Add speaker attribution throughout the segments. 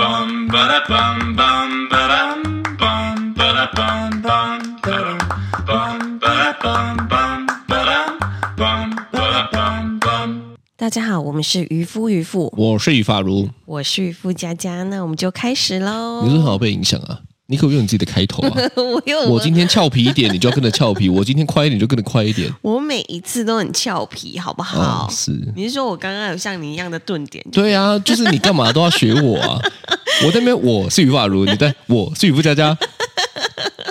Speaker 1: bum ba da bum bum ba dum bum ba da bum bum ba dum bum ba da bum bum ba dum bum ba da bum bum.
Speaker 2: 大家好，我们是渔夫渔妇，
Speaker 3: 我是于法如，
Speaker 2: 我是渔夫佳佳，那我们就开始喽。
Speaker 3: 你是不是好被影响啊？你可不可以用你自己的开头啊？
Speaker 2: 我又
Speaker 3: 我今天俏皮一点，你就要跟着俏皮；我今天快一点，就跟着快一点。
Speaker 2: 我每一次都很俏皮，好不好？
Speaker 3: 啊，是，
Speaker 2: 你是说我刚刚有像你一样的顿点？
Speaker 3: 对啊，就是你干嘛都要学我啊？ 我在那边我是于法如，你在我是于傅佳佳。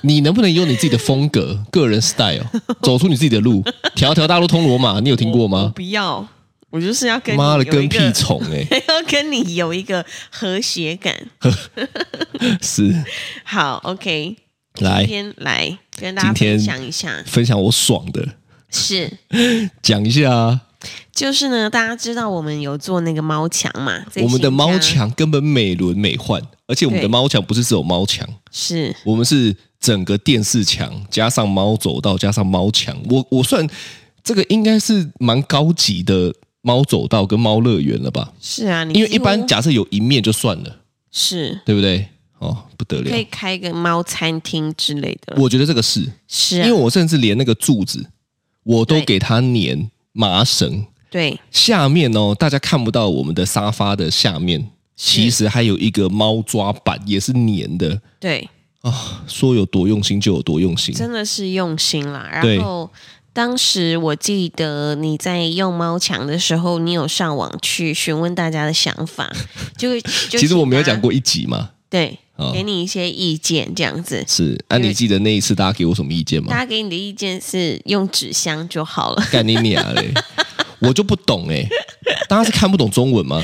Speaker 3: 你能不能用你自己的风格、个 人 style，走出你自己的路？条条大路通罗马，你有听过
Speaker 2: 我
Speaker 3: 吗？
Speaker 2: 不要，我就是要跟你
Speaker 3: 妈的，
Speaker 2: 有一
Speaker 3: 跟
Speaker 2: 个
Speaker 3: 屁虫哎、
Speaker 2: 要跟你有一个和谐感。
Speaker 3: 是
Speaker 2: 好，OK，今
Speaker 3: 来
Speaker 2: 天来跟大家
Speaker 3: 今天
Speaker 2: 分享一下，
Speaker 3: 分享我爽的，
Speaker 2: 是
Speaker 3: 讲一下啊。
Speaker 2: 就是呢，大家知道我们有做那个猫墙嘛？在
Speaker 3: 我们的
Speaker 2: 新
Speaker 3: 猫
Speaker 2: 家
Speaker 3: 墙根本美轮美奂，而且我们的
Speaker 2: 对
Speaker 3: 猫墙不是只有猫墙，
Speaker 2: 是
Speaker 3: 我们是整个电视墙加上猫走道加上猫墙。我我算这个应该是蛮高级的猫走道跟猫乐园了吧？
Speaker 2: 是啊，你
Speaker 3: 因为
Speaker 2: 几
Speaker 3: 一
Speaker 2: 乎
Speaker 3: 般假设有一面就算了，
Speaker 2: 是
Speaker 3: 对不对？哦，不得
Speaker 2: 可以
Speaker 3: 了！
Speaker 2: 开个猫餐厅之类的。
Speaker 3: 我觉得这个是，
Speaker 2: 是
Speaker 3: 因
Speaker 2: 啊
Speaker 3: 为，我甚至连那个柱子我都
Speaker 2: 对
Speaker 3: 给它粘麻绳，
Speaker 2: 对，
Speaker 3: 下面哦，大家看不到我们的沙发的下面，其实还有一个猫抓板，也是粘的
Speaker 2: 对，
Speaker 3: 啊、说有多用心就有多用心，
Speaker 2: 真的是用心啦。
Speaker 3: 对
Speaker 2: 然后当时我记得你在用猫墙的时候，你有上网去询问大家的想 法，就就
Speaker 3: 其实我没有讲
Speaker 2: 过，
Speaker 3: 过一集嘛，
Speaker 2: 对，
Speaker 3: 哦
Speaker 2: 给你一些意见这样子。
Speaker 3: 是。啊，
Speaker 2: 因为
Speaker 3: 你记得那一次大家给我什么意见
Speaker 2: 大
Speaker 3: 吗？
Speaker 2: 家给你的意见是用纸箱就好了，
Speaker 3: 干你娘嘞！我就不懂哎、大家是看不懂中文吗？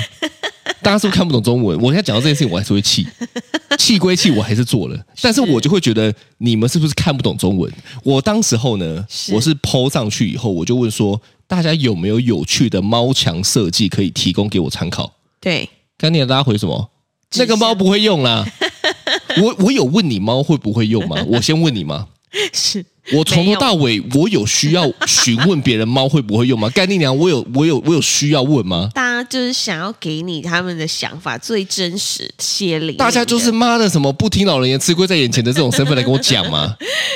Speaker 3: 大家是不是看不懂中文？我现在讲到这件事情，我还是会气，气归气，我还是做了，但是我就会觉得你们是不是看不懂中文？我当时候呢，
Speaker 2: 是
Speaker 3: 我是抛上去以后，我就问说，大家有没有有趣的猫墙设计可以提供给我参考？
Speaker 2: 对，
Speaker 3: 干你娘大家回什么？
Speaker 2: 纸箱
Speaker 3: 那个猫不会 用啦。我我有问你猫会不会用吗？我先问你吗？
Speaker 2: 是
Speaker 3: 我从
Speaker 2: 没
Speaker 3: 头
Speaker 2: 有
Speaker 3: 到尾，我有需要询问别人猫会不会用吗？干你娘！我有我有我有需要问吗？
Speaker 2: 大家就是想要给你他们的想法最真实、血淋淋的。
Speaker 3: 大家就是妈的什么不听老人言，吃亏在眼前的这种身份来跟我讲 嘛？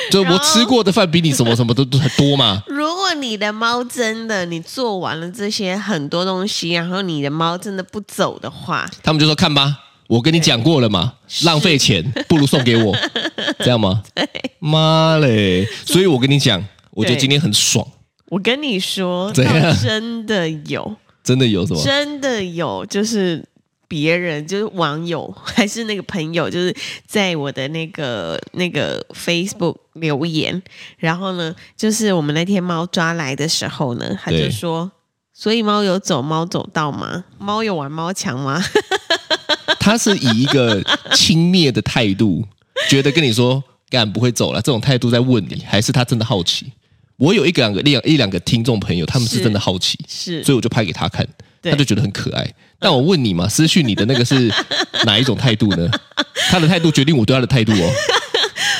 Speaker 3: 就
Speaker 2: 然
Speaker 3: 我
Speaker 2: 后
Speaker 3: 吃过的饭比你什么什么都都还多嘛？
Speaker 2: 如果你的猫真的你做完了这些很多东西，然后你的猫真的不走的话，
Speaker 3: 他们就说看吧，我跟你讲过了嘛，浪费钱不如送给 我，这样吗？妈嘞！所以我跟你讲，我觉得
Speaker 2: 对
Speaker 3: 今天很爽，
Speaker 2: 我跟你说，
Speaker 3: 怎样
Speaker 2: 倒真的有，
Speaker 3: 真的有什么？
Speaker 2: 真的有，就是别人，就是网友还是那个朋友，就是在我的那个那个 Facebook 留言，然后呢，就是我们那天猫抓来的时候呢，他就
Speaker 3: 对
Speaker 2: 说。所以猫有走猫走道吗？猫有玩猫墙吗？
Speaker 3: 他是以一个轻蔑的态度，觉得跟你说干不会走了这种态度在问你，还是他真的好奇？我有一个两个一两一两个听众朋友，他们是
Speaker 2: 是
Speaker 3: 真的好奇，
Speaker 2: 是
Speaker 3: 所以我就拍给他看，
Speaker 2: 对
Speaker 3: 他就觉得很可爱。但我问你嘛，私讯你的那个是哪一种态度呢？他的态度决定我对他的态度哦。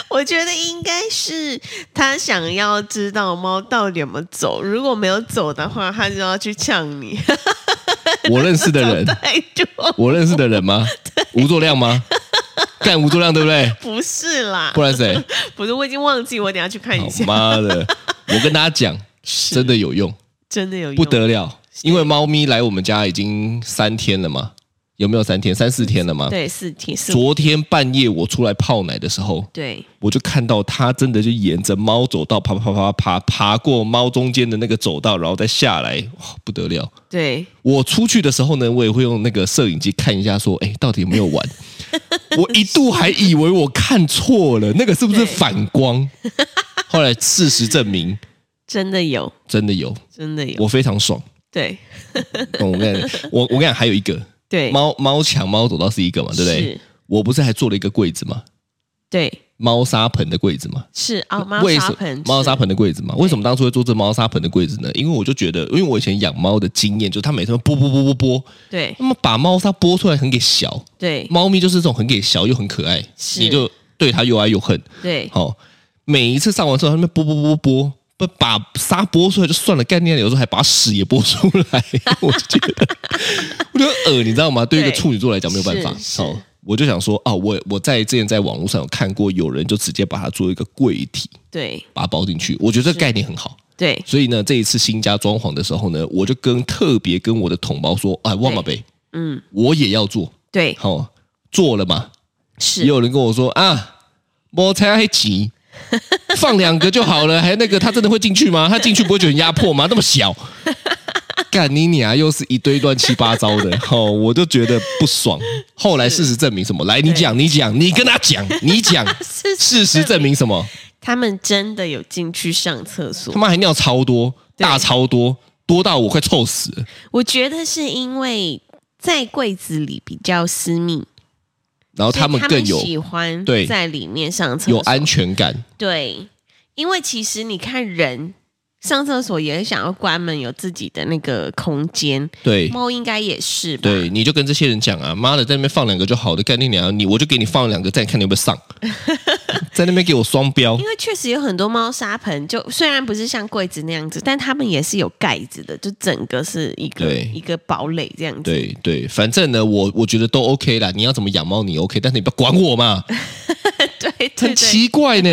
Speaker 2: 我觉得应该是他想要知道猫到底有没有走，如果没有走的话，他就要去呛你。 哎
Speaker 3: 我认识的 人，
Speaker 2: 态度
Speaker 3: 我认识的人吗？吴作亮吗？干吴作亮对不对？
Speaker 2: 不是啦
Speaker 3: 不，然谁？
Speaker 2: 不是，我已经忘记，我等一下去看一
Speaker 3: 好
Speaker 2: 下，
Speaker 3: 妈的！我跟大家讲，真的有用。
Speaker 2: 真的有用
Speaker 3: 不得了，因为猫咪来我们家已经三天了嘛，有没有三天？三四天了嘛。
Speaker 2: 对四天四
Speaker 3: 昨天半夜我出来泡奶的时候，
Speaker 2: 对
Speaker 3: 我就看到它真的就沿着猫走道爬爬爬爬爬爬过猫中间的那个走道，然后再下来，哇，不得了！
Speaker 2: 对
Speaker 3: 我出去的时候呢，我也会用那个摄影机看一下，说，哎，到底有没有 玩？我一度还以为我看错了，那个是不是
Speaker 2: 对
Speaker 3: 反 光？后来事实证明，
Speaker 2: 真的有
Speaker 3: 真的有，
Speaker 2: 真的有
Speaker 3: 我非常爽。
Speaker 2: 对
Speaker 3: 嗯我跟你讲，我我跟你讲，还有一个，
Speaker 2: 对
Speaker 3: 猫猫墙猫走道是一个嘛，对不对？
Speaker 2: 是
Speaker 3: 我不是还做了一个柜子嘛，
Speaker 2: 对
Speaker 3: 猫砂盆的柜子嘛。
Speaker 2: 是啊猫
Speaker 3: 为
Speaker 2: 砂
Speaker 3: 什
Speaker 2: 盆
Speaker 3: 猫砂
Speaker 2: 是
Speaker 3: 盆的柜子嘛？为什么当初会做这猫砂盆的柜子呢？因为我就觉得，因为我以前养猫的经验，就是它每次都拨拨拨拨拨，
Speaker 2: 对
Speaker 3: 那么把猫砂拨出来很给小，
Speaker 2: 对
Speaker 3: 猫咪就是这种很给小又很可爱，
Speaker 2: 是
Speaker 3: 你就对它又爱又恨。
Speaker 2: 对
Speaker 3: 好、每一次上完之后，它们拨拨拨拨拨，不把沙拨出来就算了，概念有时候还把屎也拨出来，我就觉得，我觉得恶，你知道吗？对一个
Speaker 2: 对
Speaker 3: 处女座来讲没有办法。
Speaker 2: 是是
Speaker 3: 好、我就想说啊，我我在之前在网络上有看过有人就直接把它做一个柜体，
Speaker 2: 对
Speaker 3: 把它包进去，我觉得这个概念很好。
Speaker 2: 对
Speaker 3: 所以呢，这一次新家装潢的时候呢，我就跟特别跟我的同胞说，哎，万马贝，
Speaker 2: 嗯，
Speaker 3: 我也要做，
Speaker 2: 对
Speaker 3: 好、做了嘛。也
Speaker 2: 是，
Speaker 3: 有人跟我说啊，摩擦还 挤，放两个就好了，还那个他真的会进去吗？他进去不会觉得很压迫吗？那么 小，干你娘，又是一堆乱七八糟的，哦，我就觉得不爽。后来事实证明什么？来，你讲，你讲，你跟他讲，你讲。
Speaker 2: 是
Speaker 3: 事实证明什么？
Speaker 2: 他们真的有进去上厕所
Speaker 3: 他。妈还尿超多，
Speaker 2: 对
Speaker 3: 大超多，多到我快臭死了。
Speaker 2: 我觉得是因为在柜子里比较私密，
Speaker 3: 然后
Speaker 2: 所以
Speaker 3: 哦他们更有
Speaker 2: 喜欢
Speaker 3: 对
Speaker 2: 在里面上厕所，
Speaker 3: 有安全感，
Speaker 2: 对，因为其实你看人上厕所也想要关门，有自己的那个空间，
Speaker 3: 对。
Speaker 2: 猫应该也是吧？
Speaker 3: 对，你就跟这些人讲啊，妈的，在那边放两个就好的，干你娘！你我就给你放两个，再看你有没有 上，在那边给我双标
Speaker 2: 因，为确实有很多猫砂盆，就虽然不是像柜子那样子，但它们也是有盖子的，就整个是一个
Speaker 3: 对
Speaker 2: 一个堡垒这样子。
Speaker 3: 对对，反正呢，我我觉得都 OK 啦。你要怎么养猫你 OK，但是你不要管我嘛，
Speaker 2: 对对
Speaker 3: 很
Speaker 2: 对
Speaker 3: 奇 怪呢。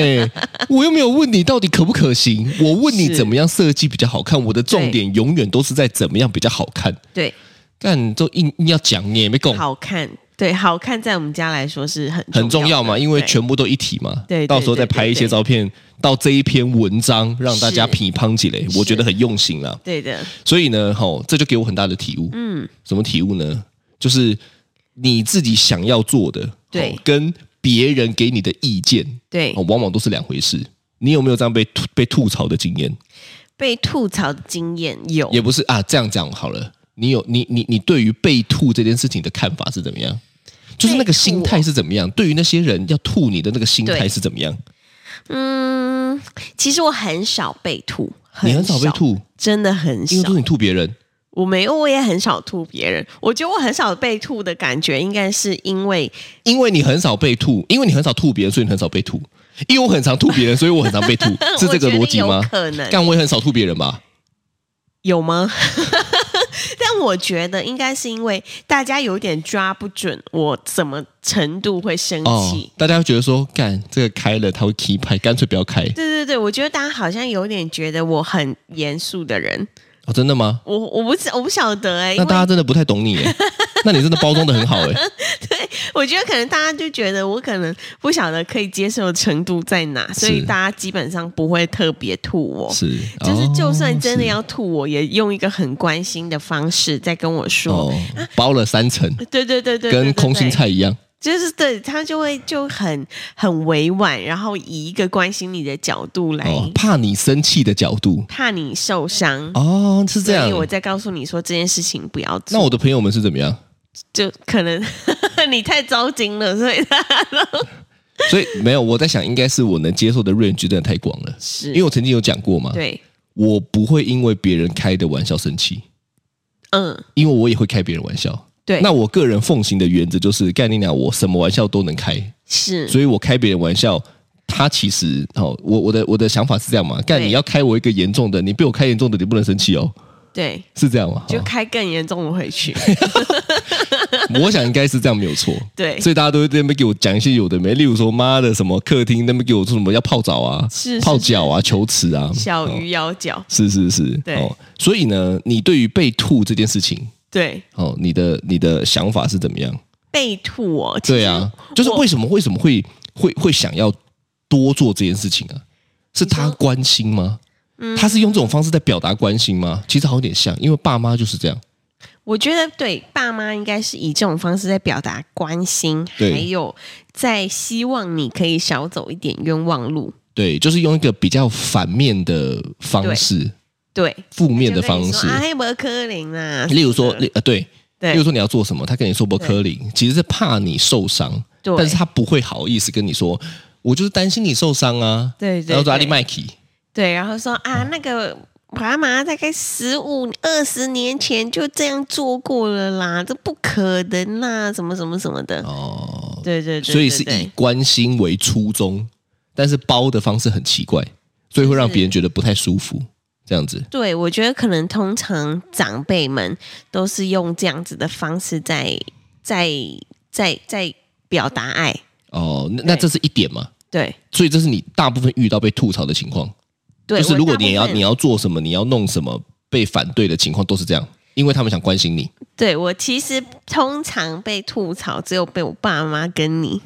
Speaker 3: 我又没有问你到底可不可行，我问你
Speaker 2: 是
Speaker 3: 怎么样设计比较好看，我的重点永远都是在怎么样比较好看。
Speaker 2: 对，
Speaker 3: 干，你都硬硬要讲，你也没懂，
Speaker 2: 好看，对好看，在我们家来说是很
Speaker 3: 很重要
Speaker 2: 的
Speaker 3: 嘛，因为
Speaker 2: 对
Speaker 3: 全部都一体嘛。
Speaker 2: 对对
Speaker 3: 到时候再拍一些照片，到这一篇文章让大家
Speaker 2: 是
Speaker 3: 评判起来，我觉得很用心啊啦。
Speaker 2: 对的，
Speaker 3: 所以呢，吼，这就给我很大的体悟。嗯，什么体悟呢？就是你自己想要做的，
Speaker 2: 对
Speaker 3: 吼跟别人给你的意见，
Speaker 2: 对
Speaker 3: 哦，往往都是两回事。你有没有这样被吐被吐槽的经验？
Speaker 2: 被吐槽的经验有
Speaker 3: 也不是啊，这样讲好了。你有你你你对于被吐这件事情的看法是怎么样？就是那个心态是怎么样？对于那些人要吐你的那个心态
Speaker 2: 对
Speaker 3: 是怎么样？
Speaker 2: 嗯，其实我很少被吐，
Speaker 3: 你很少被吐，
Speaker 2: 真的很
Speaker 3: 因
Speaker 2: 少
Speaker 3: 为都。是你吐别人，
Speaker 2: 我没有，我也很少吐别人。我觉得我很少被吐的感觉，应该是因为
Speaker 3: 因为你很少被吐，因为你很少吐别人，所以你很少被吐。因为我很常吐 别人，所以我很常被吐，是这个逻辑
Speaker 2: 我
Speaker 3: 吗？
Speaker 2: 觉得有可能
Speaker 3: 但我也很少吐别人吧？
Speaker 2: 有吗？ 但我觉得应该是因为大家有点抓不准我什么程度会生
Speaker 3: 哦
Speaker 2: 气。，
Speaker 3: 大家会觉得说，干这个开了他会 keep 拍，干脆不要开
Speaker 2: 对对对，我觉得大家好像有点觉得我很严肃的人，
Speaker 3: 哦，真的吗？
Speaker 2: 我我不知我不晓得哎、因
Speaker 3: 那大
Speaker 2: 为
Speaker 3: 家真的不太懂你 耶，那你真的包装的很好哎，
Speaker 2: 我觉得可能大家就觉得我可能不晓得可以接受的程度在哪，所以
Speaker 3: 是
Speaker 2: 大家基本上不会特别吐我。
Speaker 3: 是，
Speaker 2: 就是
Speaker 3: 哦
Speaker 2: 就算真的
Speaker 3: 是
Speaker 2: 要吐我，也用一个很关心的方式在跟我说。
Speaker 3: 哦，包了三层，
Speaker 2: 对对对对，对
Speaker 3: 跟空心，菜一样，
Speaker 2: 对对就是对他就会就很很委婉，然后以一个关心你的角度来
Speaker 3: 哦，怕你生气的角度，
Speaker 2: 怕你受伤，
Speaker 3: 哦，是这样
Speaker 2: 所以。我在告诉你说这件事情不要
Speaker 3: 那
Speaker 2: 做，
Speaker 3: 我的朋友们是怎么样？
Speaker 2: 就可能 你太糟心了，所以他
Speaker 3: 所以没有，我在想，应该是我能接受的 range 真的太广了，
Speaker 2: 是
Speaker 3: 因为我曾经有讲过嘛，
Speaker 2: 对，
Speaker 3: 我不会因为别人开的玩笑生气，
Speaker 2: 嗯，
Speaker 3: 因为我也会开别人玩笑。
Speaker 2: 对，
Speaker 3: 那我个人奉行的原则就是，概念讲我什么玩笑都能开，
Speaker 2: 是
Speaker 3: 所以我开别人玩笑，他其实哦，我我的我的想法是这样嘛，干
Speaker 2: 对
Speaker 3: 你要开我一个严重的，你被我开严重的，你不能生气哦，
Speaker 2: 对，
Speaker 3: 是这样哦吗？
Speaker 2: 就开更严重的回去，
Speaker 3: 哦我想应该是这样没有错。
Speaker 2: 对，
Speaker 3: 所以大家都会在那边给我讲一些有的没，例如说妈的什么客厅那边给我说什么要泡澡啊、
Speaker 2: 是是
Speaker 3: 泡脚啊、球池啊，
Speaker 2: 小
Speaker 3: 哦
Speaker 2: 鱼咬脚，
Speaker 3: 是是是，
Speaker 2: 对
Speaker 3: 哦。所以呢，你对于被吐这件事情，
Speaker 2: 对，
Speaker 3: 哦，你的你的想法是怎么样？
Speaker 2: 被吐哦，其实
Speaker 3: 对啊，就是
Speaker 2: 我
Speaker 3: 为什么为什么会会会想要多做这件事情啊？是他关心吗？
Speaker 2: 嗯
Speaker 3: 他是用这种方式在表达关心吗？其实好像有点像，因为爸妈就是这样。
Speaker 2: 我觉得对爸妈应该是以这种方式在表达关心，还
Speaker 3: 对
Speaker 2: 有在希望你可以少走一点冤枉路。
Speaker 3: 对，就是用一个比较反面的方
Speaker 2: 对
Speaker 3: 式，
Speaker 2: 对，
Speaker 3: 负面的
Speaker 2: 就跟
Speaker 3: 方
Speaker 2: 你
Speaker 3: 式
Speaker 2: 说，啊，我柯林啊，
Speaker 3: 例如说
Speaker 2: 什么的，
Speaker 3: 例呃，对，
Speaker 2: 对，
Speaker 3: 例如说你要做什么，他跟你说不可以，其实是怕你受伤，
Speaker 2: 对
Speaker 3: 但是他不会好意思跟你说，我就是担心你受伤啊。
Speaker 2: 对对
Speaker 3: 然后说
Speaker 2: 对
Speaker 3: 阿里麦克，
Speaker 2: 对，然后说啊，那个爸妈大概十五二十年前就这样做过了啦，这不可能啦，什么什么什么的。
Speaker 3: 哦，
Speaker 2: 对对对对，
Speaker 3: 所以是
Speaker 2: 对
Speaker 3: 以关心为初衷，但是包的方式很奇怪，所以会让别人觉得不太舒服，这样子。
Speaker 2: 对，我觉得可能通常长辈们都是用这样子的方式在在在在表达爱，
Speaker 3: 哦，那那
Speaker 2: 对
Speaker 3: 这是一点嘛？
Speaker 2: 对
Speaker 3: 所以这是你大部分遇到被吐槽的情况，
Speaker 2: 对，
Speaker 3: 就是
Speaker 2: 我
Speaker 3: 如果
Speaker 2: 大部
Speaker 3: 你要
Speaker 2: 分
Speaker 3: 你要做什么，你要弄什么，被反对的情况都是这样，因为他们想关 心你。
Speaker 2: 对我其实通常被吐槽，只有被我爸妈跟你，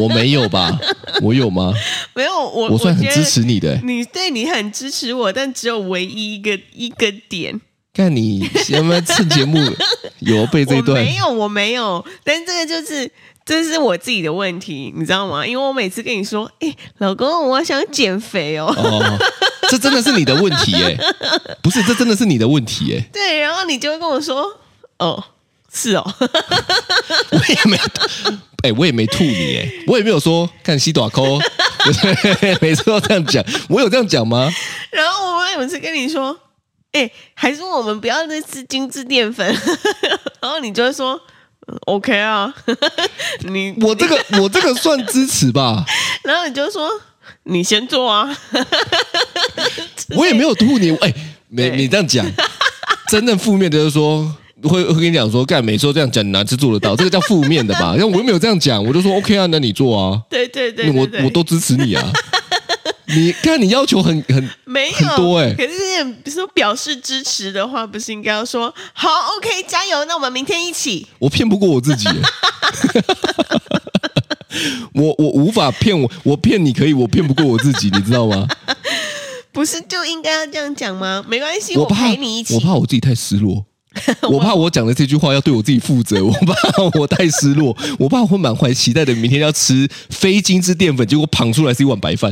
Speaker 3: 我没有吧？我有吗？
Speaker 2: 没有我，
Speaker 3: 我算很
Speaker 2: 觉得
Speaker 3: 支持你的、欸。
Speaker 2: 你，对你很支持我，但只有唯一一个一个点，
Speaker 3: 看你有没有趁 节目有背这一
Speaker 2: 我
Speaker 3: 段？
Speaker 2: 没有，我没有，但这个就是这是我自己的问题，你知道吗？因为我每次跟你说，哎、老公，我想减肥哦，
Speaker 3: 哦，这真的是你的问题耶、不是，这真的是你的问题耶、
Speaker 2: 对，然后你就会跟我说，哦，是哦，
Speaker 3: 我也没，哎、我也没吐你耶、我也没有说看西短抠， 每次都这样讲，我有这样讲吗？
Speaker 2: 然后我每次跟你说，哎、还是我们不要再吃精致淀粉， 然后你就会说。嗯 OK 啊， 你
Speaker 3: 我 这个我这个算支持吧，
Speaker 2: 然后你就说你先做啊，
Speaker 3: 我也没有吐你，哎、没
Speaker 2: 对
Speaker 3: 你这样讲，真正负面的就是说。会会跟你讲说，干每次都这样讲，你哪次做得到？这个叫负面的 吧？因为我又没有这样讲，我就说 OK 啊，那你做啊。
Speaker 2: 对对对对对
Speaker 3: 我我都支持你啊。你看，你要求很很
Speaker 2: 没有
Speaker 3: 很多欸
Speaker 2: 可是比如说表示支持的话，不是应该要说好 OK 加油，那我们明天一起。
Speaker 3: 我骗不过我自己耶。 我我无法骗我，我骗你可以，我骗不过我自己，你知道吗？
Speaker 2: 不是就应该要这样讲吗？没关系，
Speaker 3: 怕
Speaker 2: 陪你一起。
Speaker 3: 我怕我自己太失 落，我怕我讲的这句话要对我自己负责，我怕我太失落，我怕我会满怀期待的明天要吃非精致淀粉，结果捧出来是一碗白饭，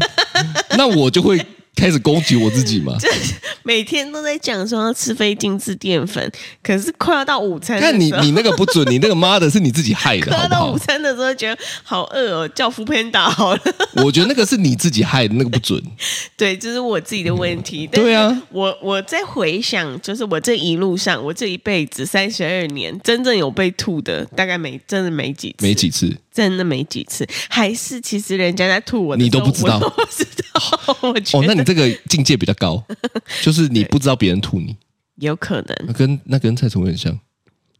Speaker 3: 那我就会开始攻击我自己嘛。
Speaker 2: 每天都在讲说要吃非精致淀粉，可是快要到午餐的时
Speaker 3: 看
Speaker 2: 候，
Speaker 3: 你你那个不准，你那个妈的是你自己 害的，
Speaker 2: 快
Speaker 3: 好
Speaker 2: 要
Speaker 3: 不
Speaker 2: 到午
Speaker 3: 好？
Speaker 2: 餐的时候觉得好饿哦，叫福片打好了。
Speaker 3: 我觉得那个是你自己害的，那个不准。
Speaker 2: 对，这是我自己的问题。
Speaker 3: 对啊，
Speaker 2: 我我在回想，就是我这一路上，我这一辈子三十二年，真正有被吐的，大概没真的没几次，
Speaker 3: 没几次，
Speaker 2: 真的没几次，还是其实人家在吐我的
Speaker 3: 你
Speaker 2: 时候，
Speaker 3: 都不知道
Speaker 2: 我都不知道。我觉
Speaker 3: 哦，
Speaker 2: 得
Speaker 3: 那你 这个境界比较高，就是你不知道别人吐你，
Speaker 2: 有可能，
Speaker 3: 那跟那跟蔡崇文很像，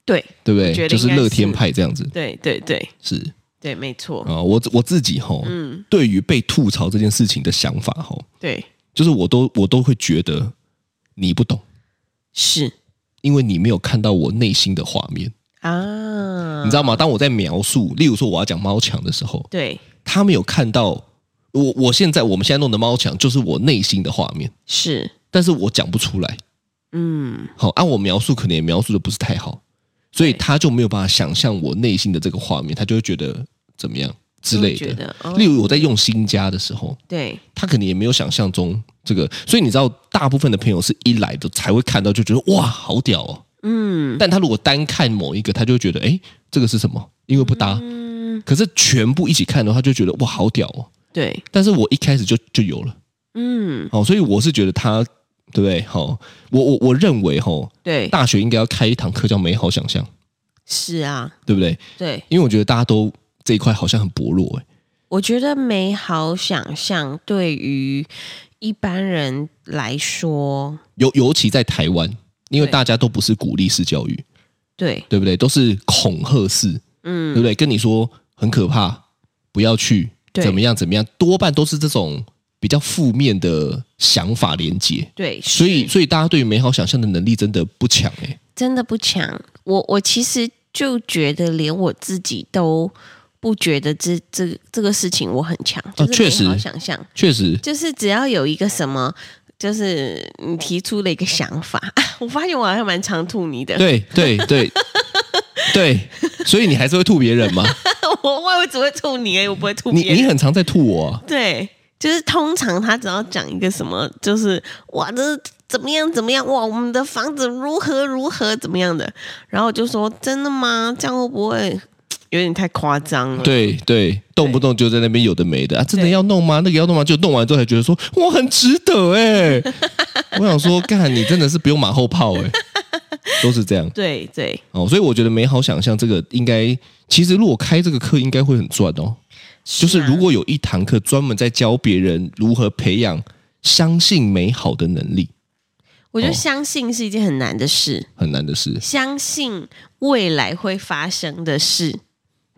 Speaker 2: 对
Speaker 3: 对不
Speaker 2: 我觉得
Speaker 3: 对？就是
Speaker 2: 应该
Speaker 3: 乐天
Speaker 2: 是
Speaker 3: 派这样子，
Speaker 2: 对对对
Speaker 3: 是
Speaker 2: 对，没错，
Speaker 3: 啊、我我自己吼，
Speaker 2: 嗯
Speaker 3: 对于被吐槽这件事情的想法吼，
Speaker 2: 对
Speaker 3: 就是我都我都会觉得你不懂，
Speaker 2: 是
Speaker 3: 因为你没有看到我内心的画面，
Speaker 2: 啊，
Speaker 3: 你知道吗？当我在描述，例如说我要讲猫墙的时候，
Speaker 2: 对
Speaker 3: 他没有看到我我现在我们现在弄的猫墙就是我内心的画面，
Speaker 2: 是，
Speaker 3: 但是我讲不出来。
Speaker 2: 嗯，
Speaker 3: 好，按、我描述可能也描述的不是太好，所以
Speaker 2: 对
Speaker 3: 他就没有办法想象我内心的这个画面，他就会觉得怎么样之类
Speaker 2: 就会觉
Speaker 3: 的
Speaker 2: 得。哦
Speaker 3: 例如我在用新家的时候，
Speaker 2: 对
Speaker 3: 他可能也没有想象中这个，所以你知道，大部分的朋友是一来的才会看到就觉得哇，好屌哦。嗯，但他如果单看某一个，他就会觉得诶，这个是什么？因为不搭。
Speaker 2: 嗯
Speaker 3: 可是全部一起看的话，他就觉得哇，好屌哦。
Speaker 2: 对，
Speaker 3: 但是我一开始就就有了，
Speaker 2: 嗯
Speaker 3: 好、所以我是觉得他对不对？好、我我我认为哈、哦，
Speaker 2: 对
Speaker 3: 大学应该要开一堂课叫美好想象，
Speaker 2: 是啊，
Speaker 3: 对不对？
Speaker 2: 对。
Speaker 3: 因为我觉得大家都这一块好像很薄弱、欸，
Speaker 2: 我觉得美好想象对于一般人来说，
Speaker 3: 尤尤其在台湾，因为
Speaker 2: 对
Speaker 3: 大家都不是鼓励式教育，
Speaker 2: 对，
Speaker 3: 对不对？都是恐吓式，对
Speaker 2: 嗯，
Speaker 3: 不对？跟你说很可怕，不要去，
Speaker 2: 对
Speaker 3: 怎么样怎么样，多半都是这种比较负面的想法连接。
Speaker 2: 对，
Speaker 3: 所以，所以大家对于美好想象的能力真的不强哎、欸
Speaker 2: 真的不强。我我其实就觉得，连我自己都不觉得这这这个事情我很强，就是
Speaker 3: 哦确
Speaker 2: 美
Speaker 3: 实
Speaker 2: 好想象，
Speaker 3: 确实，
Speaker 2: 就是只要有一个什么，就是你提出了一个想法， 啊、我发现我好像蛮常吐你的，
Speaker 3: 对对对 对，所以你还是会吐别人吗？
Speaker 2: 我我只会吐你而已，我不会 吐
Speaker 3: 你
Speaker 2: 别人。
Speaker 3: 你很常在吐我、啊，
Speaker 2: 对，就是通常他只要讲一个什么，就是哇，这怎么样怎么样，哇，我们的房子如何如何怎么样的，然后我就说真的吗？这样会不会有点太夸张了？
Speaker 3: 对对，动不动就在那边有的没的啊，真的
Speaker 2: 对
Speaker 3: 要弄吗？那个要弄吗？就弄完之后才觉得说我很值得哎、 我想说，干你真的是不用马后炮哎、都是这样
Speaker 2: 对对
Speaker 3: 哦，所以我觉得美好想象这个应该，其实如果开这个课应该会很赚哦，就是
Speaker 2: 啊
Speaker 3: 如果有一堂课专门在教别人如何培养相信美好的能力，
Speaker 2: 我觉得
Speaker 3: 哦
Speaker 2: 相信是一件很难的事，
Speaker 3: 很难的事。
Speaker 2: 相信未来会发生的事。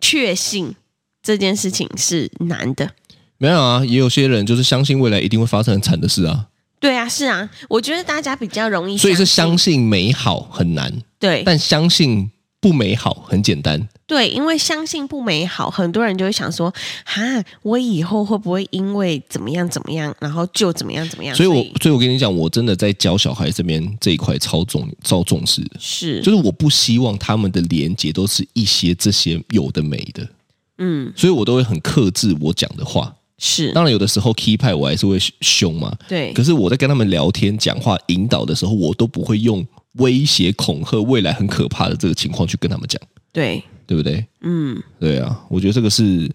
Speaker 2: 确信这件事情是难的。
Speaker 3: 没有啊，也有些人就是相信未来一定会发生很惨的事啊，
Speaker 2: 对啊，是啊，我觉得大家比较容易，
Speaker 3: 所以是相信美好很难，
Speaker 2: 对
Speaker 3: 但相信不美好很简单。
Speaker 2: 对，因为相信不美好，很多人就会想说，哈，我以后会不会因为怎么样怎么样，然后就怎么样怎么样？
Speaker 3: 所以我，所以我跟你讲，我真的在教小孩这边这一块超重超重视的，
Speaker 2: 是
Speaker 3: 就是我不希望他们的连接都是一些这些有的没的，
Speaker 2: 嗯
Speaker 3: 所以我都会很克制我讲的话。
Speaker 2: 是
Speaker 3: 当然，有的时候 key 派我还是会凶嘛，
Speaker 2: 嗯对
Speaker 3: 可是我在跟他们聊天、讲话、引导的时候，我都不会用威胁、恐吓、未来很可怕的这个情况去跟他们讲，
Speaker 2: 对，
Speaker 3: 对不对？
Speaker 2: 嗯，
Speaker 3: 对啊，我觉得这个是很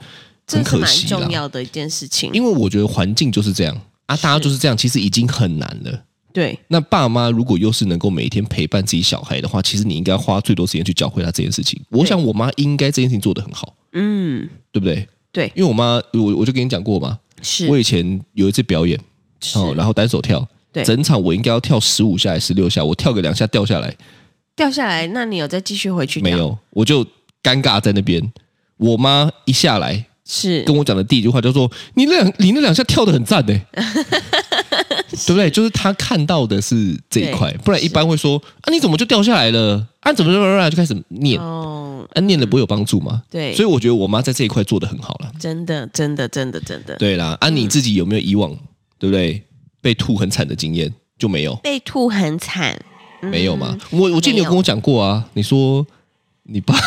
Speaker 2: 这是
Speaker 3: 可
Speaker 2: 蛮
Speaker 3: 惜啦
Speaker 2: 重，要的一件事情。
Speaker 3: 因为我觉得环境就是这样啊，大家就是这样，其实已经很难了。
Speaker 2: 对
Speaker 3: 那爸妈如果又是能够每天陪伴自己小孩的话，其实你应该花最多时间去教会他这件事情。我想我妈应该这件事情做得很好，
Speaker 2: 嗯，
Speaker 3: 对不对？
Speaker 2: 对
Speaker 3: 因为我妈，我我就跟你讲过嘛，
Speaker 2: 是
Speaker 3: 我以前有一次表演，
Speaker 2: 是
Speaker 3: 哦，然后单手跳，
Speaker 2: 对
Speaker 3: 整场我应该要跳十五下还是十六下，我跳个两下掉下来，
Speaker 2: 掉下来，那你有再继续回去？
Speaker 3: 没，有，我就尴尬在那边。我妈一下来
Speaker 2: 是
Speaker 3: 跟我讲的第一句话就说：“你那两你那两下跳的很赞 呢、对不对？就是她看到的是这一块，不然一般会说啊你怎么就掉下来了？啊怎么怎么怎么就开始念，
Speaker 2: 哦，
Speaker 3: 啊念了不会有帮助吗？
Speaker 2: 对嗯
Speaker 3: 所以我觉得我妈在这一块做的很好了。
Speaker 2: 真的，真的，真的，真的，
Speaker 3: 对啦，啊你自己有没有以往对不对被吐很惨的经验？就没有，
Speaker 2: 被吐很惨，
Speaker 3: 没有吗？我我记得
Speaker 2: 嗯没
Speaker 3: 你有
Speaker 2: 有
Speaker 3: 跟我讲过啊，你说你爸，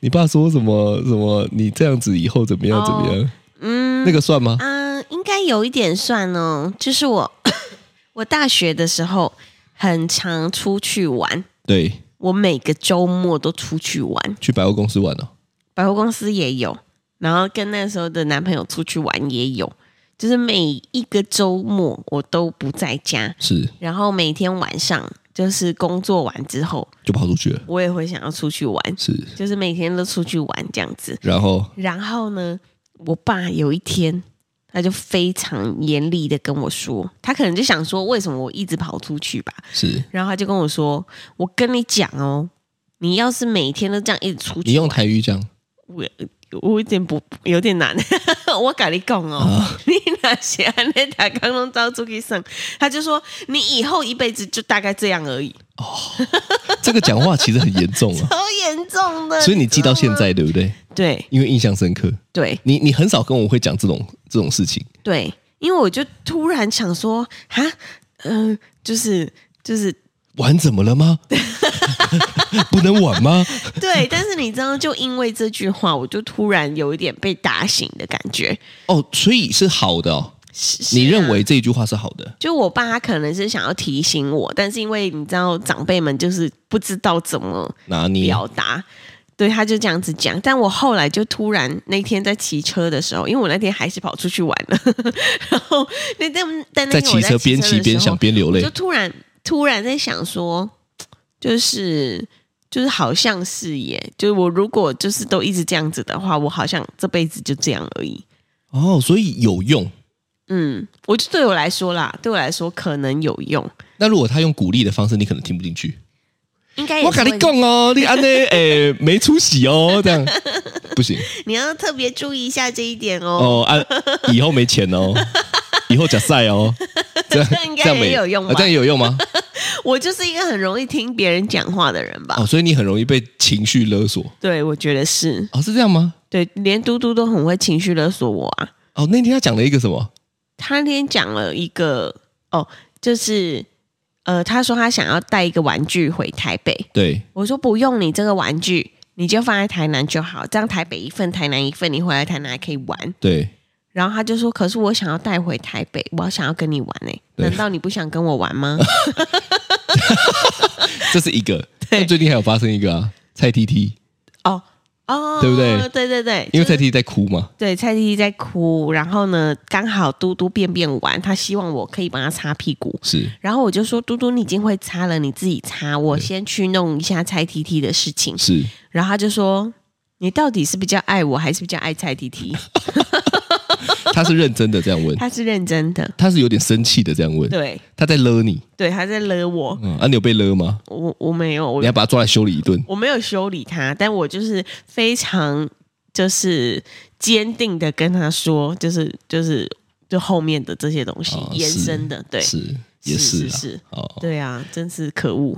Speaker 3: 你爸说什么什么？你这样子以后怎么样
Speaker 2: 哦
Speaker 3: 怎么样？
Speaker 2: 嗯
Speaker 3: 那个算吗？
Speaker 2: 嗯，应该有一点算哦。就是我， 我大学的时候很常出去玩，
Speaker 3: 对，
Speaker 2: 我每个周末都出去玩，
Speaker 3: 去百货公司玩哦。
Speaker 2: 百货公司也有，然后跟那时候的男朋友出去玩也有，就是每一个周末我都不在家，
Speaker 3: 是
Speaker 2: 然后每天晚上就是工作完之后，
Speaker 3: 就跑出去了，
Speaker 2: 我也会想要出去玩，
Speaker 3: 是。
Speaker 2: 就是每天都出去玩这样子。
Speaker 3: 然后
Speaker 2: 然后呢，我爸有一天他就非常严厉的跟我说，他可能就想说，为什么我一直跑出去吧？
Speaker 3: 是
Speaker 2: 然后他就跟我说，我跟你讲哦，你要是每天都这样一直出
Speaker 3: 你
Speaker 2: 去，
Speaker 3: 用台语讲
Speaker 2: 我我有点不有点难， 我跟你讲哦，
Speaker 3: 啊，
Speaker 2: 你哪些那打刚弄招出去上，他就说你以后一辈子就大概这样而已，
Speaker 3: 这个讲话其实很严重 啊，
Speaker 2: 好严重的，
Speaker 3: 所以你记到
Speaker 2: 知道
Speaker 3: 现
Speaker 2: 吗，
Speaker 3: 在对不对？
Speaker 2: 对
Speaker 3: 因为印象深刻。
Speaker 2: 对，
Speaker 3: 你你很少跟我会讲这种这种事情，
Speaker 2: 对，因为我就突然想说，哈，嗯、就是就是
Speaker 3: 玩怎么 了吗？不能玩吗？
Speaker 2: 对，但是你知道，就因为这句话，我就突然有一点被打醒的感觉。
Speaker 3: 哦，所以是好的哦。
Speaker 2: 是
Speaker 3: 你认？
Speaker 2: 是啊
Speaker 3: 为这一句话是好的？
Speaker 2: 就我爸他可能是想要提醒我，但是因为你知道，长辈们就是不知道怎么
Speaker 3: 拿捏
Speaker 2: 表达。对，他就这样子讲，但我后来就突然那天在骑车的时候，因为我那天还是跑出去玩了， 然后那但但那
Speaker 3: 在
Speaker 2: 天我
Speaker 3: 骑车边骑
Speaker 2: 的
Speaker 3: 边
Speaker 2: 时
Speaker 3: 想
Speaker 2: 候
Speaker 3: 边流
Speaker 2: 我
Speaker 3: 泪
Speaker 2: 就，突然突然在想说，就是就是好像是耶，就是我如果就是都一直这样子的话，我好像这辈子就这样而已。
Speaker 3: 哦，所以有用。
Speaker 2: 嗯，我就对我来说啦，对我来说可能有用，
Speaker 3: 那如果他用鼓励的方式，你可能听不进去。
Speaker 2: 应该也
Speaker 3: 我
Speaker 2: 是
Speaker 3: 跟
Speaker 2: 会
Speaker 3: 你讲哦，你安呢，诶，没出息哦，这样不行
Speaker 2: 你要特别注意一下这一点哦。
Speaker 3: 哦，啊，以后没钱 哦，以后假赛哦，这样
Speaker 2: 这样应该
Speaker 3: 这样没
Speaker 2: 也有用吧
Speaker 3: 啊这样也有用吗？
Speaker 2: 我就是一个很容易听别人讲话的人吧？
Speaker 3: 哦，所以你很容易被情绪勒索
Speaker 2: 对，我觉得是
Speaker 3: 哦，是这样吗？
Speaker 2: 对，连嘟嘟都很会情绪勒索我啊。
Speaker 3: 哦，那天他讲了一个什么？
Speaker 2: 他那天讲了一个哦，就是呃，他说他想要带一个玩具回台北，
Speaker 3: 对，
Speaker 2: 我说不用你这个玩具，你就放在台南就好，这样台北一份，台南一份，你回来台南还可以玩。
Speaker 3: 对，
Speaker 2: 然后他就说，可是我想要带回台北，我想要跟你玩呢、
Speaker 3: 对
Speaker 2: 难道你不想跟我玩 吗？
Speaker 3: 这是一个。
Speaker 2: 对
Speaker 3: 那最近还有发生一个啊，蔡 T T，
Speaker 2: 哦哦，
Speaker 3: 对不对
Speaker 2: 对对对，
Speaker 3: 因为
Speaker 2: 就
Speaker 3: 蔡
Speaker 2: 是
Speaker 3: T T 在哭嘛，
Speaker 2: 对蔡弟弟在哭，然后呢，刚好嘟嘟便便完，他希望我可以帮他擦屁股，
Speaker 3: 是
Speaker 2: 然后我就说：“嘟嘟，你已经会擦了，你自己擦，我
Speaker 3: 对
Speaker 2: 先去弄一下拆 T T 的事情。
Speaker 3: 是，”
Speaker 2: 然 后他就说：“你到底是比较爱我，还是比较爱拆 T T？”
Speaker 3: 他他是认真的这样 问，
Speaker 2: 他是认真的，
Speaker 3: 他是有点生气的这样问，
Speaker 2: 对
Speaker 3: 他在勒你，
Speaker 2: 对，他在勒我，
Speaker 3: 嗯，啊，你有被勒吗？
Speaker 2: 我我没有，我
Speaker 3: 你要把他抓来修理一顿，
Speaker 2: 我没有修理他，但我就是非常就是坚定的跟他说，就是就是就后面的这些东西、
Speaker 3: 哦
Speaker 2: 延
Speaker 3: 是
Speaker 2: 伸的，对，
Speaker 3: 是也
Speaker 2: 是
Speaker 3: 是啊
Speaker 2: 是
Speaker 3: 哦，
Speaker 2: 对啊，真是可恶，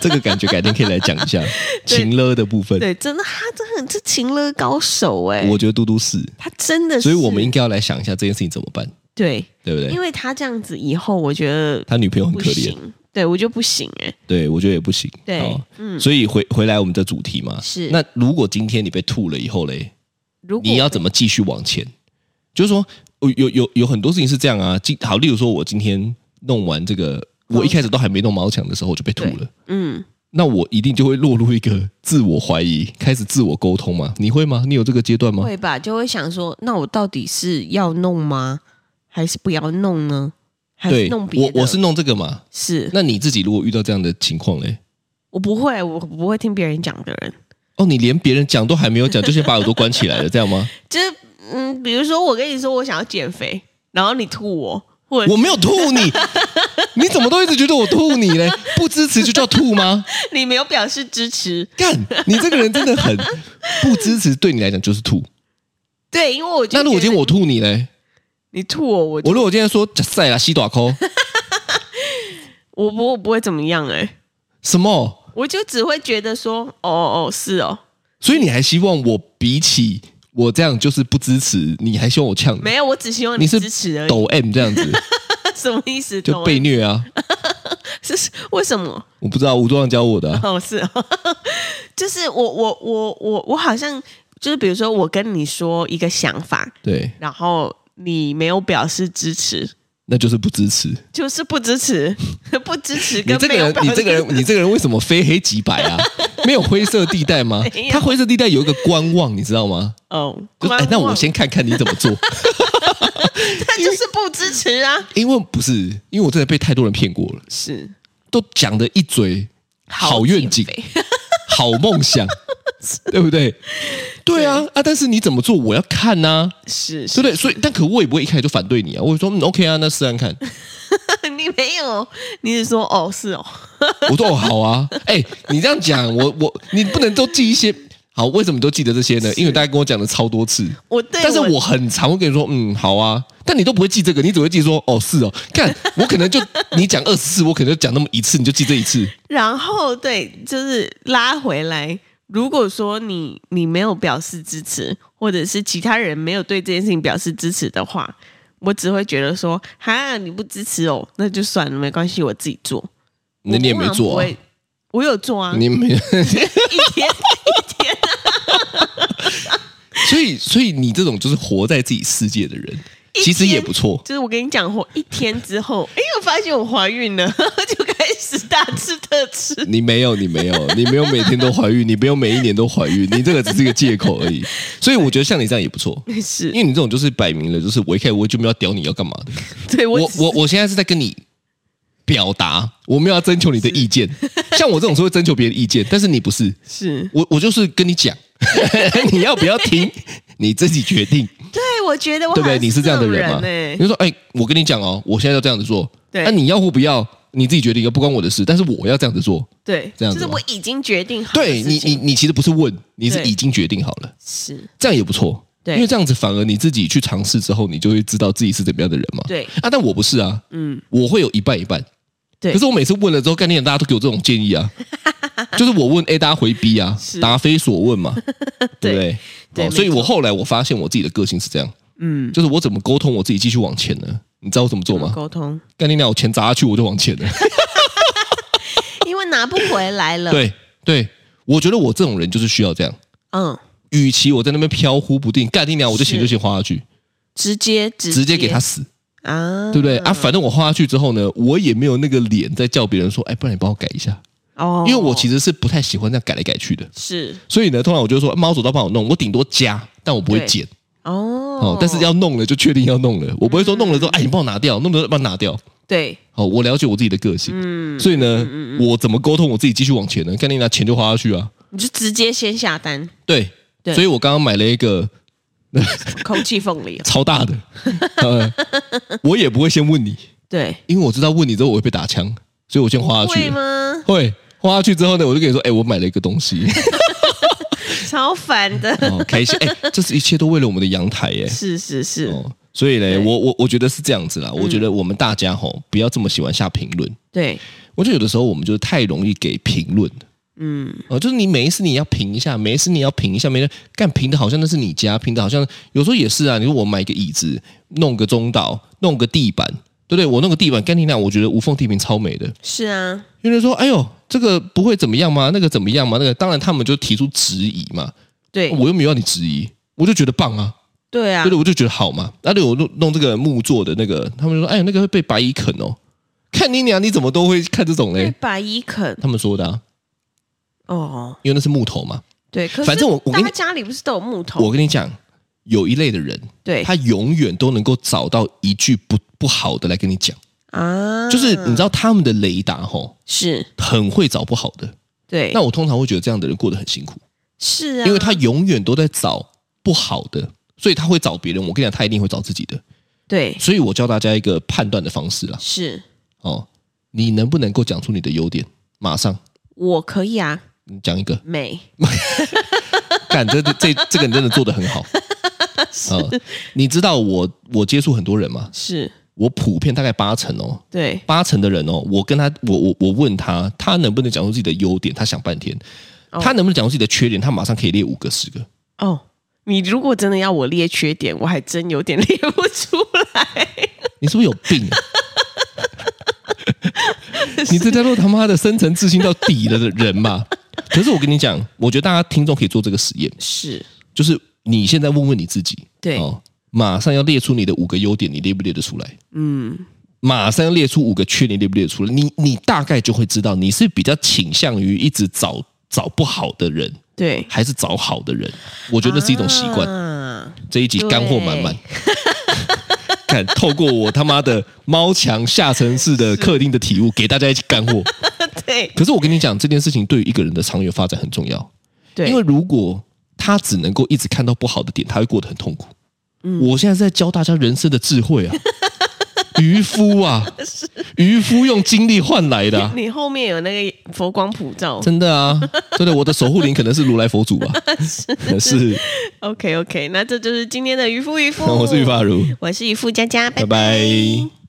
Speaker 3: 这个感觉改天可以来讲一 下情勒的部分，
Speaker 2: 对，真的他真的很是情勒高手哎、
Speaker 3: 我觉得嘟嘟是，
Speaker 2: 他真 的是，
Speaker 3: 所以我们应该要来想一下这件事情怎么办，
Speaker 2: 对，
Speaker 3: 对不
Speaker 2: 因
Speaker 3: 对？
Speaker 2: 为他这样子以后，我觉得
Speaker 3: 他女朋友很
Speaker 2: 不
Speaker 3: 可怜，
Speaker 2: 行，对我就不行嗯哎、
Speaker 3: 对我觉得也不行，
Speaker 2: 对
Speaker 3: 哦所以回回来我们的主题嘛，
Speaker 2: 是
Speaker 3: 那如果今天你被吐了以后嘞，
Speaker 2: 如果
Speaker 3: 你要怎么继续往前？就是说，有有有有很多事情是这样啊。今好，例如说我今天弄完这个，我一开始都还没弄毛墙的时候我就被吐了，
Speaker 2: 嗯，
Speaker 3: 那我一定就会落入一个自我怀疑，开始自我沟通嘛。你会吗？你有这个阶段吗？
Speaker 2: 会吧，就会想说，那我到底是要弄吗，还是不要弄呢？还是
Speaker 3: 对，
Speaker 2: 弄别
Speaker 3: 我
Speaker 2: 的？
Speaker 3: 我是弄这个嘛。
Speaker 2: 是
Speaker 3: 那你自己如果遇到这样的情况嘞，
Speaker 2: 我不会，我不会听别人讲的人。
Speaker 3: 哦，你连别人讲都还没有讲，就先把耳朵关起来了，这样吗？
Speaker 2: 就是嗯，比如说我跟你说我想要减肥，然后你吐 我，或者
Speaker 3: 我没有吐你，你怎么都一直觉得我吐你嘞？ 不支持就叫吐吗？
Speaker 2: 你没有表示支持，
Speaker 3: 干，你这个人真的很不支持，对你来讲就是吐。
Speaker 2: 对，因为我就
Speaker 3: 那如果
Speaker 2: 觉
Speaker 3: 今
Speaker 2: 得
Speaker 3: 天我吐你嘞？
Speaker 2: 你吐我，我
Speaker 3: 我
Speaker 2: 就
Speaker 3: 如果今天说假赛啦西短抠，
Speaker 2: 我不我不会怎么样哎、
Speaker 3: 什么？
Speaker 2: 我就只会觉得说哦哦哦是哦，
Speaker 3: 所以你还希望我比起我这样就是不支持，你还希望我呛你？
Speaker 2: 没有，我只希望
Speaker 3: 你是
Speaker 2: 支持而已，
Speaker 3: 抖 M 这样子
Speaker 2: 什么意思？
Speaker 3: 就
Speaker 2: 懂
Speaker 3: 被
Speaker 2: 吗
Speaker 3: 虐啊？
Speaker 2: 是是为什么？
Speaker 3: 我不知道，武装教我的啊、
Speaker 2: 哦，是 哦，就是我我我我我好像就是比如说我跟你说一个想法，
Speaker 3: 对，
Speaker 2: 然后你没有表示支持，
Speaker 3: 那就是不支持。
Speaker 2: 就是不支持， 不支持
Speaker 3: 你
Speaker 2: 跟
Speaker 3: 这个
Speaker 2: 没有
Speaker 3: 人，
Speaker 2: 表
Speaker 3: 你
Speaker 2: 示
Speaker 3: 这个人，你这个人为什么非黑即白 啊？没有灰色地带吗
Speaker 2: 没？有
Speaker 3: 他灰色地带有一个观望，你知道吗？
Speaker 2: 哦，
Speaker 3: 就是
Speaker 2: 观
Speaker 3: 哎
Speaker 2: 望，
Speaker 3: 那我先，看看你怎么做，
Speaker 2: 他就是不支持啊，
Speaker 3: 因为不是，因为我真的被太多人骗过了，
Speaker 2: 是
Speaker 3: 都讲的一嘴好愿
Speaker 2: 减
Speaker 3: 景，
Speaker 2: 肥
Speaker 3: 好 梦想，对不对？对啊啊！但是你怎么做，我要看呐、
Speaker 2: 是
Speaker 3: 对不对？所以，但可我也不会一开始就反对你啊，我会说、嗯、OK 啊，那试看看。
Speaker 2: 是，你没有，你只说哦是哦，
Speaker 3: 我说哦，好啊， 哎、你这样讲，我我你不能都记一些。好，为什么你都记得这些呢？因为大家跟我讲了超多次，
Speaker 2: 我对，
Speaker 3: 但是我很常会跟你说，嗯，好啊，但你都不会记这个，你只会记说，哦，是哦，看 我可能就你讲二十次，我可能就讲那么一次，你就记这一次，
Speaker 2: 然后对，就是拉回来。如果说你你没有表示支持，或者是其他人没有对这件事情表示支持的话，我只会觉得说哈你不支持哦，那就算了，没关系，我自己做。
Speaker 3: 那你也
Speaker 2: 我
Speaker 3: 没
Speaker 2: 通常不
Speaker 3: 做、啊
Speaker 2: 会，我有做啊，
Speaker 3: 你没，
Speaker 2: 一天一天啊
Speaker 3: 所以所以你这种就是活在自己世界的人，
Speaker 2: 一
Speaker 3: 其实也
Speaker 2: 天
Speaker 3: 不错。
Speaker 2: 就是我跟你讲，我一天之后，哎，我发现我怀孕了， 就开始大吃特吃。
Speaker 3: 你没有，你没 有，你没有每天都怀孕，你没有每一年都怀孕，你这个只是一个借口而已。所以我觉得像你这样也不错，
Speaker 2: 是
Speaker 3: 因，为你这种就是摆明了，就是我一开始我就没有要屌你要干嘛的。
Speaker 2: 对我
Speaker 3: 我
Speaker 2: 只
Speaker 3: 我我现在是在跟你表达，我没有要征求你的意见。 像我这种是会征求别人意见，但是你不是，
Speaker 2: 是
Speaker 3: 我我就是跟你讲， 你要不要听，你自己决 定，
Speaker 2: 对，我觉得我
Speaker 3: 对不对？
Speaker 2: 好像
Speaker 3: 你是这样的
Speaker 2: 种
Speaker 3: 人
Speaker 2: 人
Speaker 3: 吗？
Speaker 2: 哎
Speaker 3: 你就说，哎，我跟你讲哦，我现在要这样子做，
Speaker 2: 对
Speaker 3: 那、你要或不要，你自己决定，又不关我的事。但是我要这样子做，
Speaker 2: 对，
Speaker 3: 这样
Speaker 2: 就
Speaker 3: 子
Speaker 2: 是
Speaker 3: 吗
Speaker 2: 我已经决定好的
Speaker 3: 对
Speaker 2: 事
Speaker 3: 你，你
Speaker 2: 情
Speaker 3: 你其实不是问，你是
Speaker 2: 对
Speaker 3: 已经决定好了，
Speaker 2: 是
Speaker 3: 这样也不错。
Speaker 2: 对
Speaker 3: 因为这样子反而你自己去尝试之后，你就会知道自己是怎么样的人嘛。
Speaker 2: 对，
Speaker 3: 啊，但我不是啊，
Speaker 2: 嗯，
Speaker 3: 我会有一半一半。
Speaker 2: 对
Speaker 3: 可是我每次问了之后，概念大家都给我这种建议 啊，就是我问 A，大家回 B 啊，
Speaker 2: 是
Speaker 3: 答非所问 嘛，对不对？
Speaker 2: 对
Speaker 3: 哦所以
Speaker 2: 没错
Speaker 3: 我后来我发现我自己的个性是这样，
Speaker 2: 嗯，
Speaker 3: 就是我怎么沟通我自己继续往前呢？你知道我怎么做吗？
Speaker 2: 沟通，
Speaker 3: 概念量我钱砸下去我就往前了，
Speaker 2: 因为拿不回来了。，
Speaker 3: 对对，我觉得我这种人就是需要这样。
Speaker 2: 嗯，
Speaker 3: 与其我在那边飘忽不定，概念量我就钱
Speaker 2: 是
Speaker 3: 就先花下去，
Speaker 2: 直接直
Speaker 3: 直接给他死，
Speaker 2: 啊，
Speaker 3: 对不对？啊，反正我花下去之后呢，我也没有那个脸再叫别人说，哎，不然你帮我改一下，
Speaker 2: 哦，
Speaker 3: 因为我其
Speaker 2: 实
Speaker 3: 实是不太喜欢这样改来改去的。
Speaker 2: 是
Speaker 3: 所以呢，通常我就说猫手刀帮我弄，我顶多加，但我不会
Speaker 2: 对
Speaker 3: 剪
Speaker 2: 哦
Speaker 3: 哦。但是要弄了就确定要弄了，我不会说弄了之后，哎，你帮我拿掉，弄了之后帮我拿掉。
Speaker 2: 对
Speaker 3: 哦，我了解我自己的个性，嗯，所以呢，我怎么沟通我自己继续往前呢？干你拿钱就花下去啊，
Speaker 2: 你就直接先下单，
Speaker 3: 对，
Speaker 2: 对
Speaker 3: 所以我刚刚买了一个
Speaker 2: 空气凤梨哦，
Speaker 3: 超大的，呃，我也不会先问你，
Speaker 2: 对，
Speaker 3: 因为我知道问你之后我会被打枪，所以我先花下去
Speaker 2: 会
Speaker 3: 了。
Speaker 2: 吗？
Speaker 3: 会花下去之后呢，我就跟你说，哎、我买了一个东西，
Speaker 2: 超烦的，
Speaker 3: 哦，开心，哎、这是一切都为了我们的阳台哎耶。
Speaker 2: 是是是，
Speaker 3: 哦，所以嘞，
Speaker 2: 对嗯
Speaker 3: 我我我觉得是这样子啦，我觉得我们大家吼不要这么喜欢下评论，
Speaker 2: 对，
Speaker 3: 我觉得有的时候我们就是太容易给评论。
Speaker 2: 嗯，
Speaker 3: 哦，就是你每一次你要评一下，每一次你要评一下，每一次干评的好像那是你家，评的好像有时候也是啊。你说我买个椅子，弄个中岛，弄个地板，对不对？我弄个地板，干你娘，我觉得无缝地平超美的。
Speaker 2: 是啊，
Speaker 3: 有人说，哎呦，这个不会怎么样吗？那个怎么样吗？那个当然他们就提出质疑嘛，
Speaker 2: 对
Speaker 3: 我又没有让你质疑，我就觉得棒啊，
Speaker 2: 对啊
Speaker 3: 对，对，我就觉得好嘛。那对我弄弄这个木做的那个，他们就说，哎呀，那个会被白蚁啃哦。看你娘，你怎么都会看这种
Speaker 2: 被
Speaker 3: 嘞？
Speaker 2: 白蚁啃
Speaker 3: 他们说的啊，
Speaker 2: 哦，
Speaker 3: 因为那是木头嘛。
Speaker 2: 对，可是
Speaker 3: 反正我我
Speaker 2: 大
Speaker 3: 跟你
Speaker 2: 家家里不是都有木头？
Speaker 3: 我跟你讲，有一类的人，
Speaker 2: 对
Speaker 3: 他永远都能够找到一句不不好的来跟你讲，
Speaker 2: 啊，
Speaker 3: 就是你知道他们的雷达吼
Speaker 2: 是，
Speaker 3: 很会找不好的。
Speaker 2: 对，
Speaker 3: 那我通常会觉得这样的人过得很辛苦，
Speaker 2: 是啊，
Speaker 3: 因为他永远都在找不好的，所以他会找别人。我跟你讲，他一定会找自己的。
Speaker 2: 对
Speaker 3: 所以我教大家一个判断的方式啦，
Speaker 2: 是，
Speaker 3: 哦，你能不能够讲出你的优点？马上
Speaker 2: 我可以啊，
Speaker 3: 你讲一个，
Speaker 2: 美
Speaker 3: 干这这这个你真的做得很好。啊，你知道我我接触很多人嘛，
Speaker 2: 是，
Speaker 3: 我普遍大概八成哦，
Speaker 2: 对
Speaker 3: 八成的人哦，我跟他，我我我问他，他能不能讲出自己的优点？他想半天，
Speaker 2: 哦
Speaker 3: 他能不能讲出自己的缺点？他马上可以列五个、十个。
Speaker 2: 哦。你如果真的要我列缺点，我还真有点列不出来。
Speaker 3: 你是不是有病、啊？你这叫做他妈的深层自信到底了的人嘛？可是我跟你讲，我觉得大家听众可以做这个实验，
Speaker 2: 是，
Speaker 3: 就是你现在问问你自己，
Speaker 2: 对
Speaker 3: 哦，马上要列出你的五个优点，你列不列得出来？
Speaker 2: 嗯，
Speaker 3: 马上要列出五个缺点，列不列得出来？你你大概就会知道，你是比较倾向于一直找找不好的人，
Speaker 2: 对，
Speaker 3: 还是找好的人，我觉得是一种习惯。
Speaker 2: 啊
Speaker 3: 这一集干货满满， 看透过我他妈的猫墙下沉式的客厅的体悟，给大家一起干货。
Speaker 2: 对
Speaker 3: 可是我跟你讲，这件事情对于一个人的长远发展很重要，
Speaker 2: 对，
Speaker 3: 因为如果他只能够一直看到不好的点，他会过得很痛苦。我现在是在教大家人生的智慧啊，渔夫啊，渔夫用精力换 来的啊、
Speaker 2: 你后面有那个佛光普照。
Speaker 3: 真的啊，真的，我的守护灵可能是如来佛祖吧，是，
Speaker 2: OK OK，那这就是今天的渔夫渔夫，
Speaker 3: 我是玉发如。
Speaker 2: 我是渔夫佳佳，拜
Speaker 3: 拜拜